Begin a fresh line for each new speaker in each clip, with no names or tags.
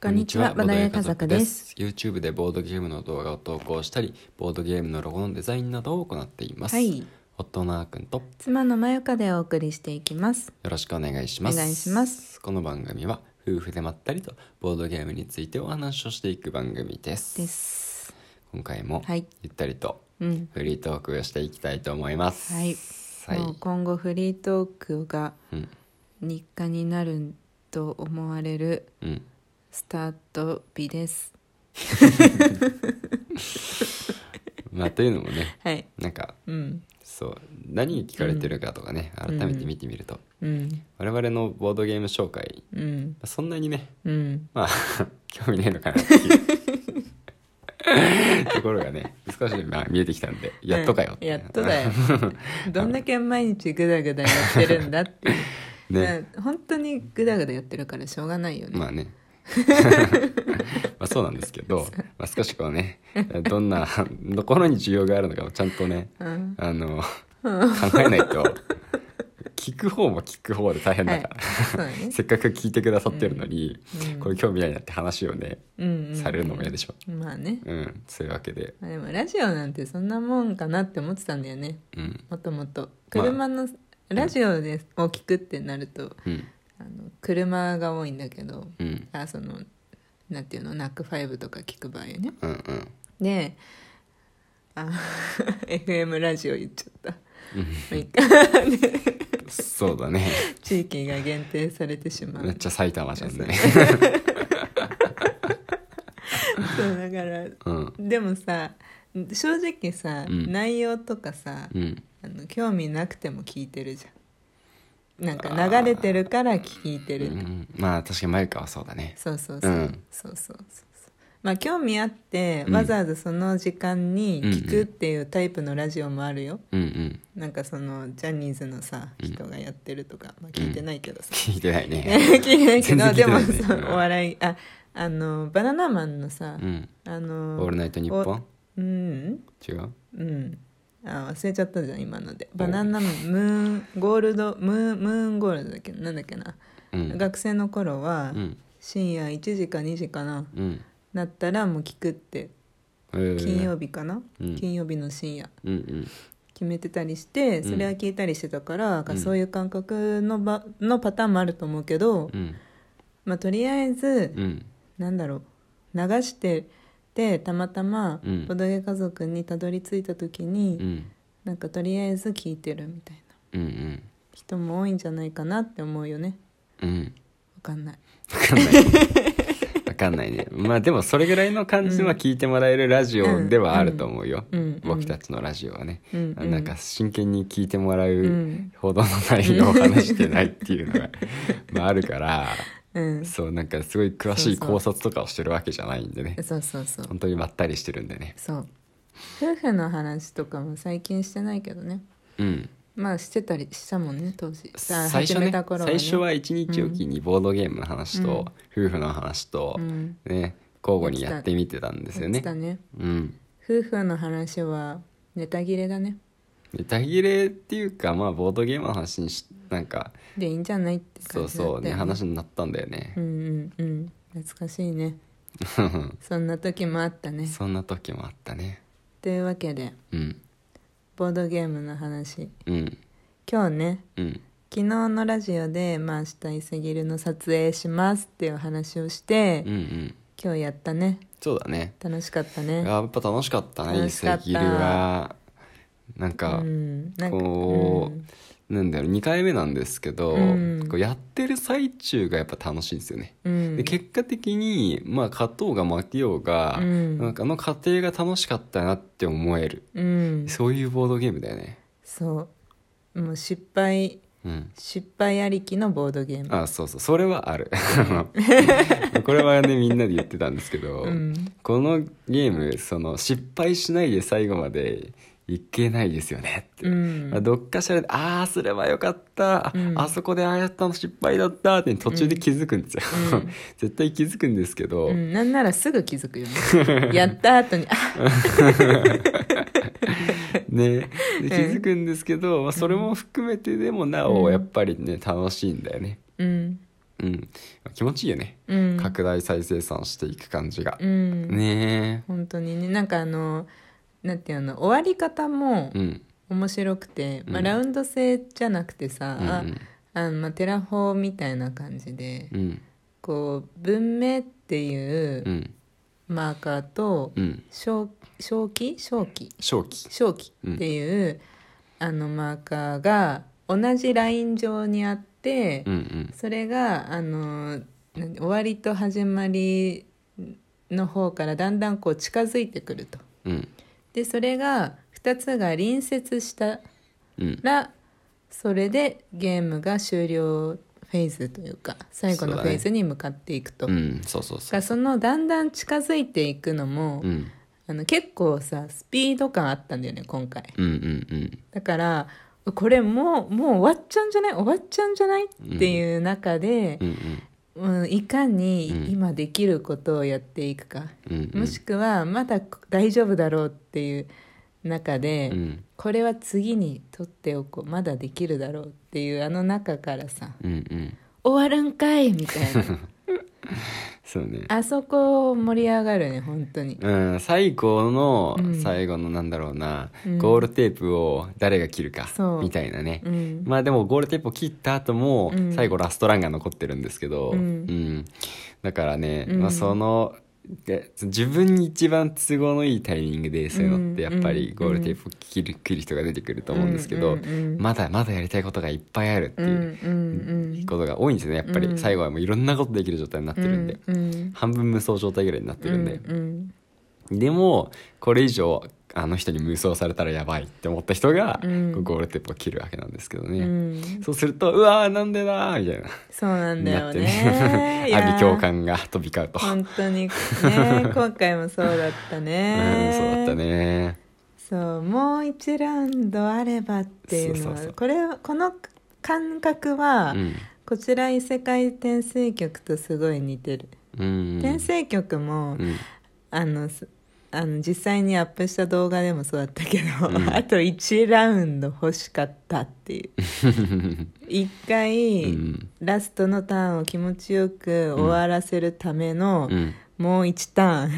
こんにちは、バナヤ家族です。。
YouTube でボードゲームの動画を投稿したり、ボードゲームのロゴのデザインなどを行っています。
はい、
夫のあーくんとよ
妻のまゆかでお送りしていきます。
ろしくお願いします。
お願いします。
この番組は夫婦でまったりとボードゲームについてお話をしていく番組です。
です。
今回も
はい
ゆったりと
うん。
フリートークをしていきたいと思います。
はい。
はい。
もう今後フリートークが
うん。
日課になると思われる
うん。
スタート日です。
まあというのもね、
はい。
なんか
うん。
そう何聞かれてるかとかね、
うん
改めて見てみると、
うん。
我々のボードゲーム紹介
うん。
そんなにね
うん。
まあ 興味ねえのかなって いうところがね少しまあ見えてきたんでやっとかよ
うんやっとだ よどんだけ毎日グダグダやってるんだっていう。
ね、
うん本当にグダグダやってるからしょうがないよね。
ま あねまあそうなんですけど、まあ、少しこうねどんなところに需要があるのかをちゃんとね
うん。
あの考えないと聞く方も聞く方で大変だから、
そうだ ね。
せっかく聞いてくださってるのに、
うん
こういう興味ないなって話をね、
うん、うん。
されるのも嫌でしょ
まあね。
うんそういうわけで
まあ、でもラジオなんてそんなもんかなって思ってたんだよね
うん
もともと車の、ラジオでを聞くってなると
うん
あの車が多いんだけど
うん
あそのなんていうのナックファイブとか聞く場合ね
うんうん
であ FM ラジオ言っち ゃっ
うん
た、
そうだね
地域が限定されてしま
めっ
う
ちゃ埼玉じゃんね
そうだから
うん
でもさ正直さ、
うん
内容とかさ、
うん
あの興味なくても聞いてるじゃんなんか流れてるから聞いて
う
る、
んまあ確かにマユカはそうだね
そうそうそう、
うん
そうそうそうそうまあ興味あって、
うん
わざわざその時間に聞くっていうタイプのラジオもあるよ、
うんうん
なんかそのジャニーズのさ
うん
人がやってるとか、まあ、聞いてないけどさ、
聞いてないね
聞いてないけ
全然
ど
聞い
で
てな
も
いね
さ
うん
お笑いああのバナナマンのさ、
うん
あ
「オー
の
ルナイトニッポン
うん」
違う
うんあ忘れちゃったじゃん今のでバナナムーンゴールドムーンムーンゴールドだっけなんだっけな、
うん
学生の頃は、
うん
深夜1時か2時かな
うん
なったらもう聞くって金
金
曜日かな、
うん
金曜日の深夜
うんうん
決めてたりして
うん
それは聞いたりしてたから、
うん
そういう感覚のばのパターンもあると思うけど、
うん
まあ、とりあえず、
うん
なんだろう流しててたまたま
うん
ボドゲ家族にたどり着いた時に、
うん
なんかとりあえず聞いてるみたいな
うんうん
人も多いんじゃないかなって思うよね
うん
わかんない
わかんない。わかんないね。まあでもそれぐらいの感じは聞いてもらえるラジオではあると思うよ。
うん
僕たちのラジオはね。
うんうん
なんか真剣に聞いてもらうんほどの内容を話してないっていう のが、まああるから、
うん
そうなんかすごい詳しい考察とかをしてるわけじゃないんでね。
そうそうそう
本当にまったりしてるんでね。
そう夫婦の話とかも最近してないけどね
うん。
まあしてたりしたもんね当時さ
最初
始め
ね、
た頃は
最初は一日おきにボードゲームの話と、夫婦の話と
う、ん
ね、交互にやってみてたんですよ
やって
ね。
たね
うん。
夫婦の話はネタ切れだね
ネタ切れっていうかまあボードゲームの話にしなんか
でいいんじゃないって
そ
感
う
じだった
そ
よ
うね話になったんだよね
う、んうんうん懐かしいねそんな時もあったね
そんな時もあったね
というわけで
うん
ボードゲームの話
うん
今日ね
うん
昨日のラジオで「まあ明日伊勢ギルの撮影します」っていうお話をして、
うんうん
今日やったね
そうだね
楽しかった
あ
ね
やっぱ楽しかったね
楽
伊
しかっ
勢
た
切りはなんか、
うんなんか
こ
うん
う、なんだろう2回目なんですけど、
うん
こうやってる最中がやっぱ楽しいんですよね
うん、
で結果的に、まあ、勝とうが負けようが、
うん
なんかあの過程が楽しかったなって思える、
うん、
そういうボードゲームだよね
そうもう失敗
うん
失敗ありきのボードゲーム
あそうそうそれはある これはねみんなで言ってたんですけど、
うん
このゲームその失敗しないで最後までいけないですよねって、
うん
まあ、どっかしらでああすればよかった、あ
うん
あそこでああやったの失敗だったって途中で気づくんですよ、
うん
絶対気づくんですけど、
うん、なんならすぐ気づくよ ねやった後にあ
ねで気づくんですけど、まあ、それも含めてでもなおやっぱりね楽しいんだよね
うん
うん、気持ちいいよね、
うん
拡大再生産していく感じが
う、ん、
ね
本当にねなんかあのなんていうの終わり方も
えうん
面白くて、ま
う
あ、
ん
ラウンド制じゃなくてさ、
うんうん
あのまあ、テラフォーみたいな感じで、
うん
こう文明っていううんマーカーと
うん
正正気正気
正気
正気っていう、あのマーカーが同じライン上にあって、
うんうん
それがあのなん終わりと始まりの方からだんだんこう近づいてくると。
うん
でそれが2つが隣接した
うん
らそれでゲームが終了フェーズというか最後の
そ
フ
うだね
ェーズに向かっていくと。
うんそうそうそ
が
う
そのだんだん近づいていくのも、
うん
あの結構さスピード感あったんだよね今回
うんうんうん
だからこれもうもう終わっちゃうんじゃない終わっちゃうんじゃないっていう中で
う、ん
うん、いか
うん
に今できることをやっていくか、
うんうん
もしくはまだ大丈夫だろうっていう中で、
うん
これは次に取っておこうまだできるだろうっていうあの中からさ
うんうん
終わるんかいみたい な
そうね
あそこ盛り上がるね本当に
うん、最後の
うん
最後のなんだろうな、
うん
ゴールテープを誰が切るか
そう
みたいなね、
うん
まあでもゴールテープを切った後も
うん
最後ラストランが残ってるんですけど、
うん
んだからね、
うん
まあ、そので自分に一番都合のいいタイミングでそういうのってやっぱり
うん
ゴールテープを切る,、切る人が出てくると思うんですけど、
うんうんうん
まだまだやりたいことがいっぱいあるって
うんう
いうん
うん
ことが多いんですよねやっぱり、
うん
最後はもういろんなことできる状態になってるんで、
うんうん
半分無双状態ぐらいになってるんで、
うん
でもこれ以上あの人に無双されたらやばいって思った人が、
うん
こうゴールテープを切るわけなんですけど
う
ね、
んうん
そうするとうわーなんでだーみたいな
そうなんだ
なっ
よ
て
ね
ね
いやー
阿鼻教官が飛び交うと、
本当 にね今回もそうだったね
うんそうだったね
そうもう1ラウンドあればっていうのは
そうそうそう
これはこの感覚は、
うん
こちら異世界転生曲とすごい似てる、
うん
転生曲も、
うん
あのすあの実際にアップした動画でもそうだったけど、
うん
あと1ラウンド欲しかったって いう一回、
うん
ラストのターンを気持ちよく終わらせるための、
うん
もう1ターン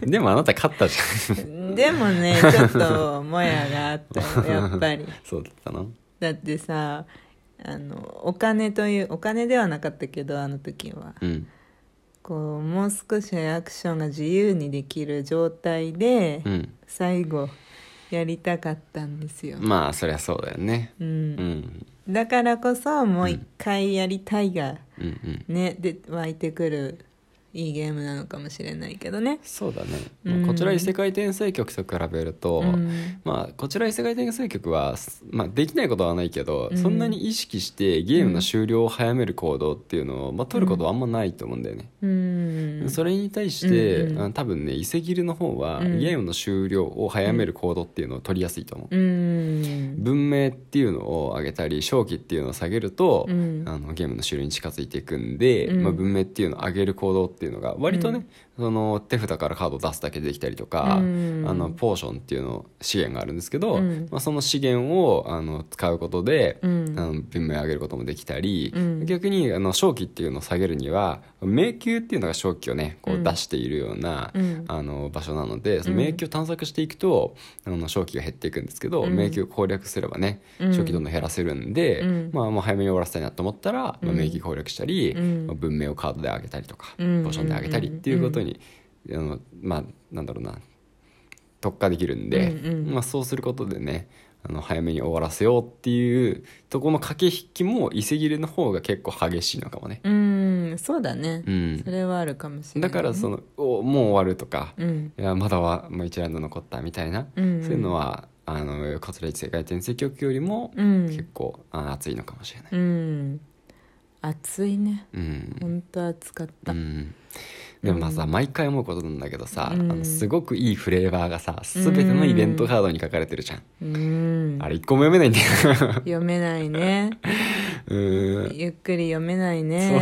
でもあなた勝ったじゃん
でもねちょっともやがあったよやっぱり
そうだったの
だってさあのお金というお金ではなかったけどあの時は
うん
こうもう少しアクションが自由にできる状態で、
うん
最後やりたかったんですよ、
まあそりゃそうだよね
う
うん
ん
うん
だからこそもう一回やりたいが、
うんうん
ねで湧いてくるいいゲームなのかもしれないけどね
そうだね、
うん
まあこちら異世界転生曲と比べると、
うん
まあ、こちら異世界転生曲は、まあ、できないことはないけど、
うん
そんなに意識してゲームの終了を早める行動っていうのを、まあ、取ることはあんまないと思うんだよね、
うん
それに対して、
うんうん
あの多分ね伊勢切りの方は、
うん
ゲームの終了を早める行動っていうのを取りやすいと思う、
うん
文明っていうのを上げたり正気っていうのを下げると、
うん
あのゲームの終了に近づいていくんで、
うん
まあ、文明っていうのを上げる行動っていうのが割とね、その手札からカードを出すだけでできたりとか、
うん
あのポーションっていうの資源があるんですけど、
うん
まあ、その資源をあの使うことで、
うん
あの文明を上げることもできたり、
うん
逆にあの正気っていうのを下げるには迷宮っていうのが正気をねこ
う
うん出しているような、
うん
あの場所なのでその迷宮を探索していくと、あの正気が減っていくんですけど、
うん
迷宮を攻略すればね
うん
正気どんどん減らせるんで、
うん
まあ、もう早めに終わらせたいなと思ったら、
うん
まあ、迷宮攻略したり、
うん
まあ文明をカードで上げたりとか、
うん
ポーションで上げたりっていうことに、あのまあなんだろうな特化できるんで、
うんうん
まあ、そうすることでねあの早めに終わらせようっていうとこの駆け引きも伊勢切れの方が結構激しいのかもね。
うんそうだね、
うん
それはあるかもしれな
だ
い
からそのおもう終わるとか、
うん
いやまだはもう1ラウンド残ったみたいな、
うん
そういうのはあのこちら一世界転生曲よりも
うん
結構、あ熱いのかもしれない。
うん暑いね
うん
本当暑かっ
う
た、
ん、でもまあさ、毎回思うことなんだけどさ、
うん
あのすごくいいフレーバーがさ全てのイベントカードに書かれてるじゃん、
うん
あれ一個も読めないんだ よ
読めないね
うん
ゆっくり読めない
そうな
ね
んだ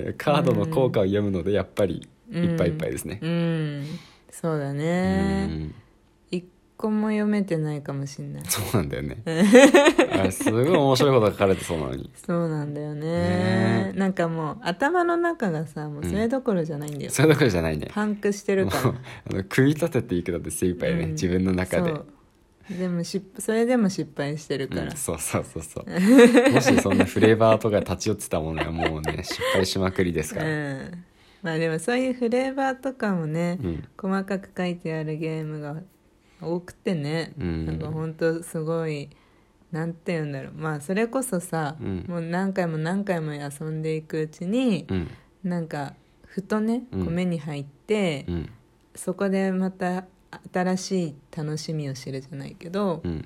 よねカードの効果を読むのでやっぱりいっぱいいっぱいですね、
うんそうだ
う
ね
ん
一こも読めてないかもしんない
そうなんだよねあれすごい面白いことが書かれてそうなのに
そうなんだよね
ねえ
なんかもう頭の中がさもうそれどころじゃないんだよ、
それどころじゃないね
パンクしてるか
もうあの組み立てていくので精一
ら、
杯ね、
うん
自分の中で
そうでも失それでも失敗してるから、
うん、そうそうそうそ うもしそんなフレーバーとか立ち寄ってたものがもうね失敗しまくりですから、
うんまあでもそういうフレーバーとかもね、
うん
細かく書いてあるゲームが多くてね、
うん
なんかほんとすごいなんて言うんだろうまあそれこそさ、
うん
もう何回も何回も遊んでいくうちに
う、ん
なんかふとね、
うん
こう目に入って、
うん
そこでまた新しい楽しみを知るじゃないけど、
うん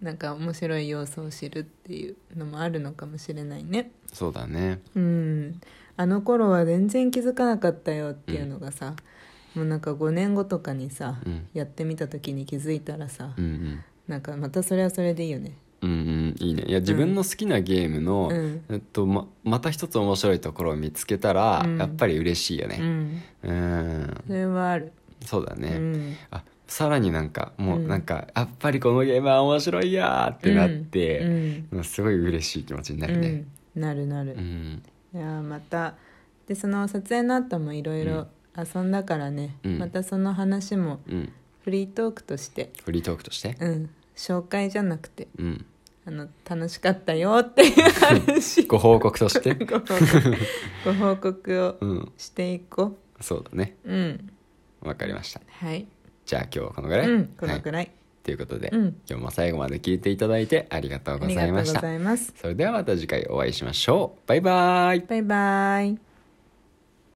なんか面白い要素を知るっていうのもあるのかもしれないね。
そうだね
うん、あの頃は全然気づかなかったよっていうのがさ、もうなんか5年後とかにさ、
うん
やってみた時に気づいたらさ、
うん
なんかまたそれはそれでいいよね
うんうんうんいいねいや自分の好きなゲームの、
うん
えっと、ままた一つ面白いところを見つけたら、
うん
やっぱり嬉しいよ
う
ね
ん
うん
それはある、
そうだね、
うん
あさらになんかもう
うん
なんか、やっぱりこのゲームは面白いやーってなって、
うん
まあすごい嬉しい気持ちになるね
うんなるなる、
うん
いやーまたでその撮影の後もいろいろ遊んだからね、
うん
またその話も
うん、
フリートークとして、
フリートークとして
うん、紹介じゃなくて
うん
あの楽しかったよっていう 話
ご報告として
ご報告ご報告を
うん
していこ
そうだね
ううん
わかりました
はい、
じゃあ今日はこのぐらい、
うん、こ
は
の
い
くらい、
ということで、
うん
今日も最後まで聞いていただいてありがとう
あ
ご
り
ざ
がと
いう
ご
ました
ざいます
それではまた次回お会いしましょうバイバイ
バイバイ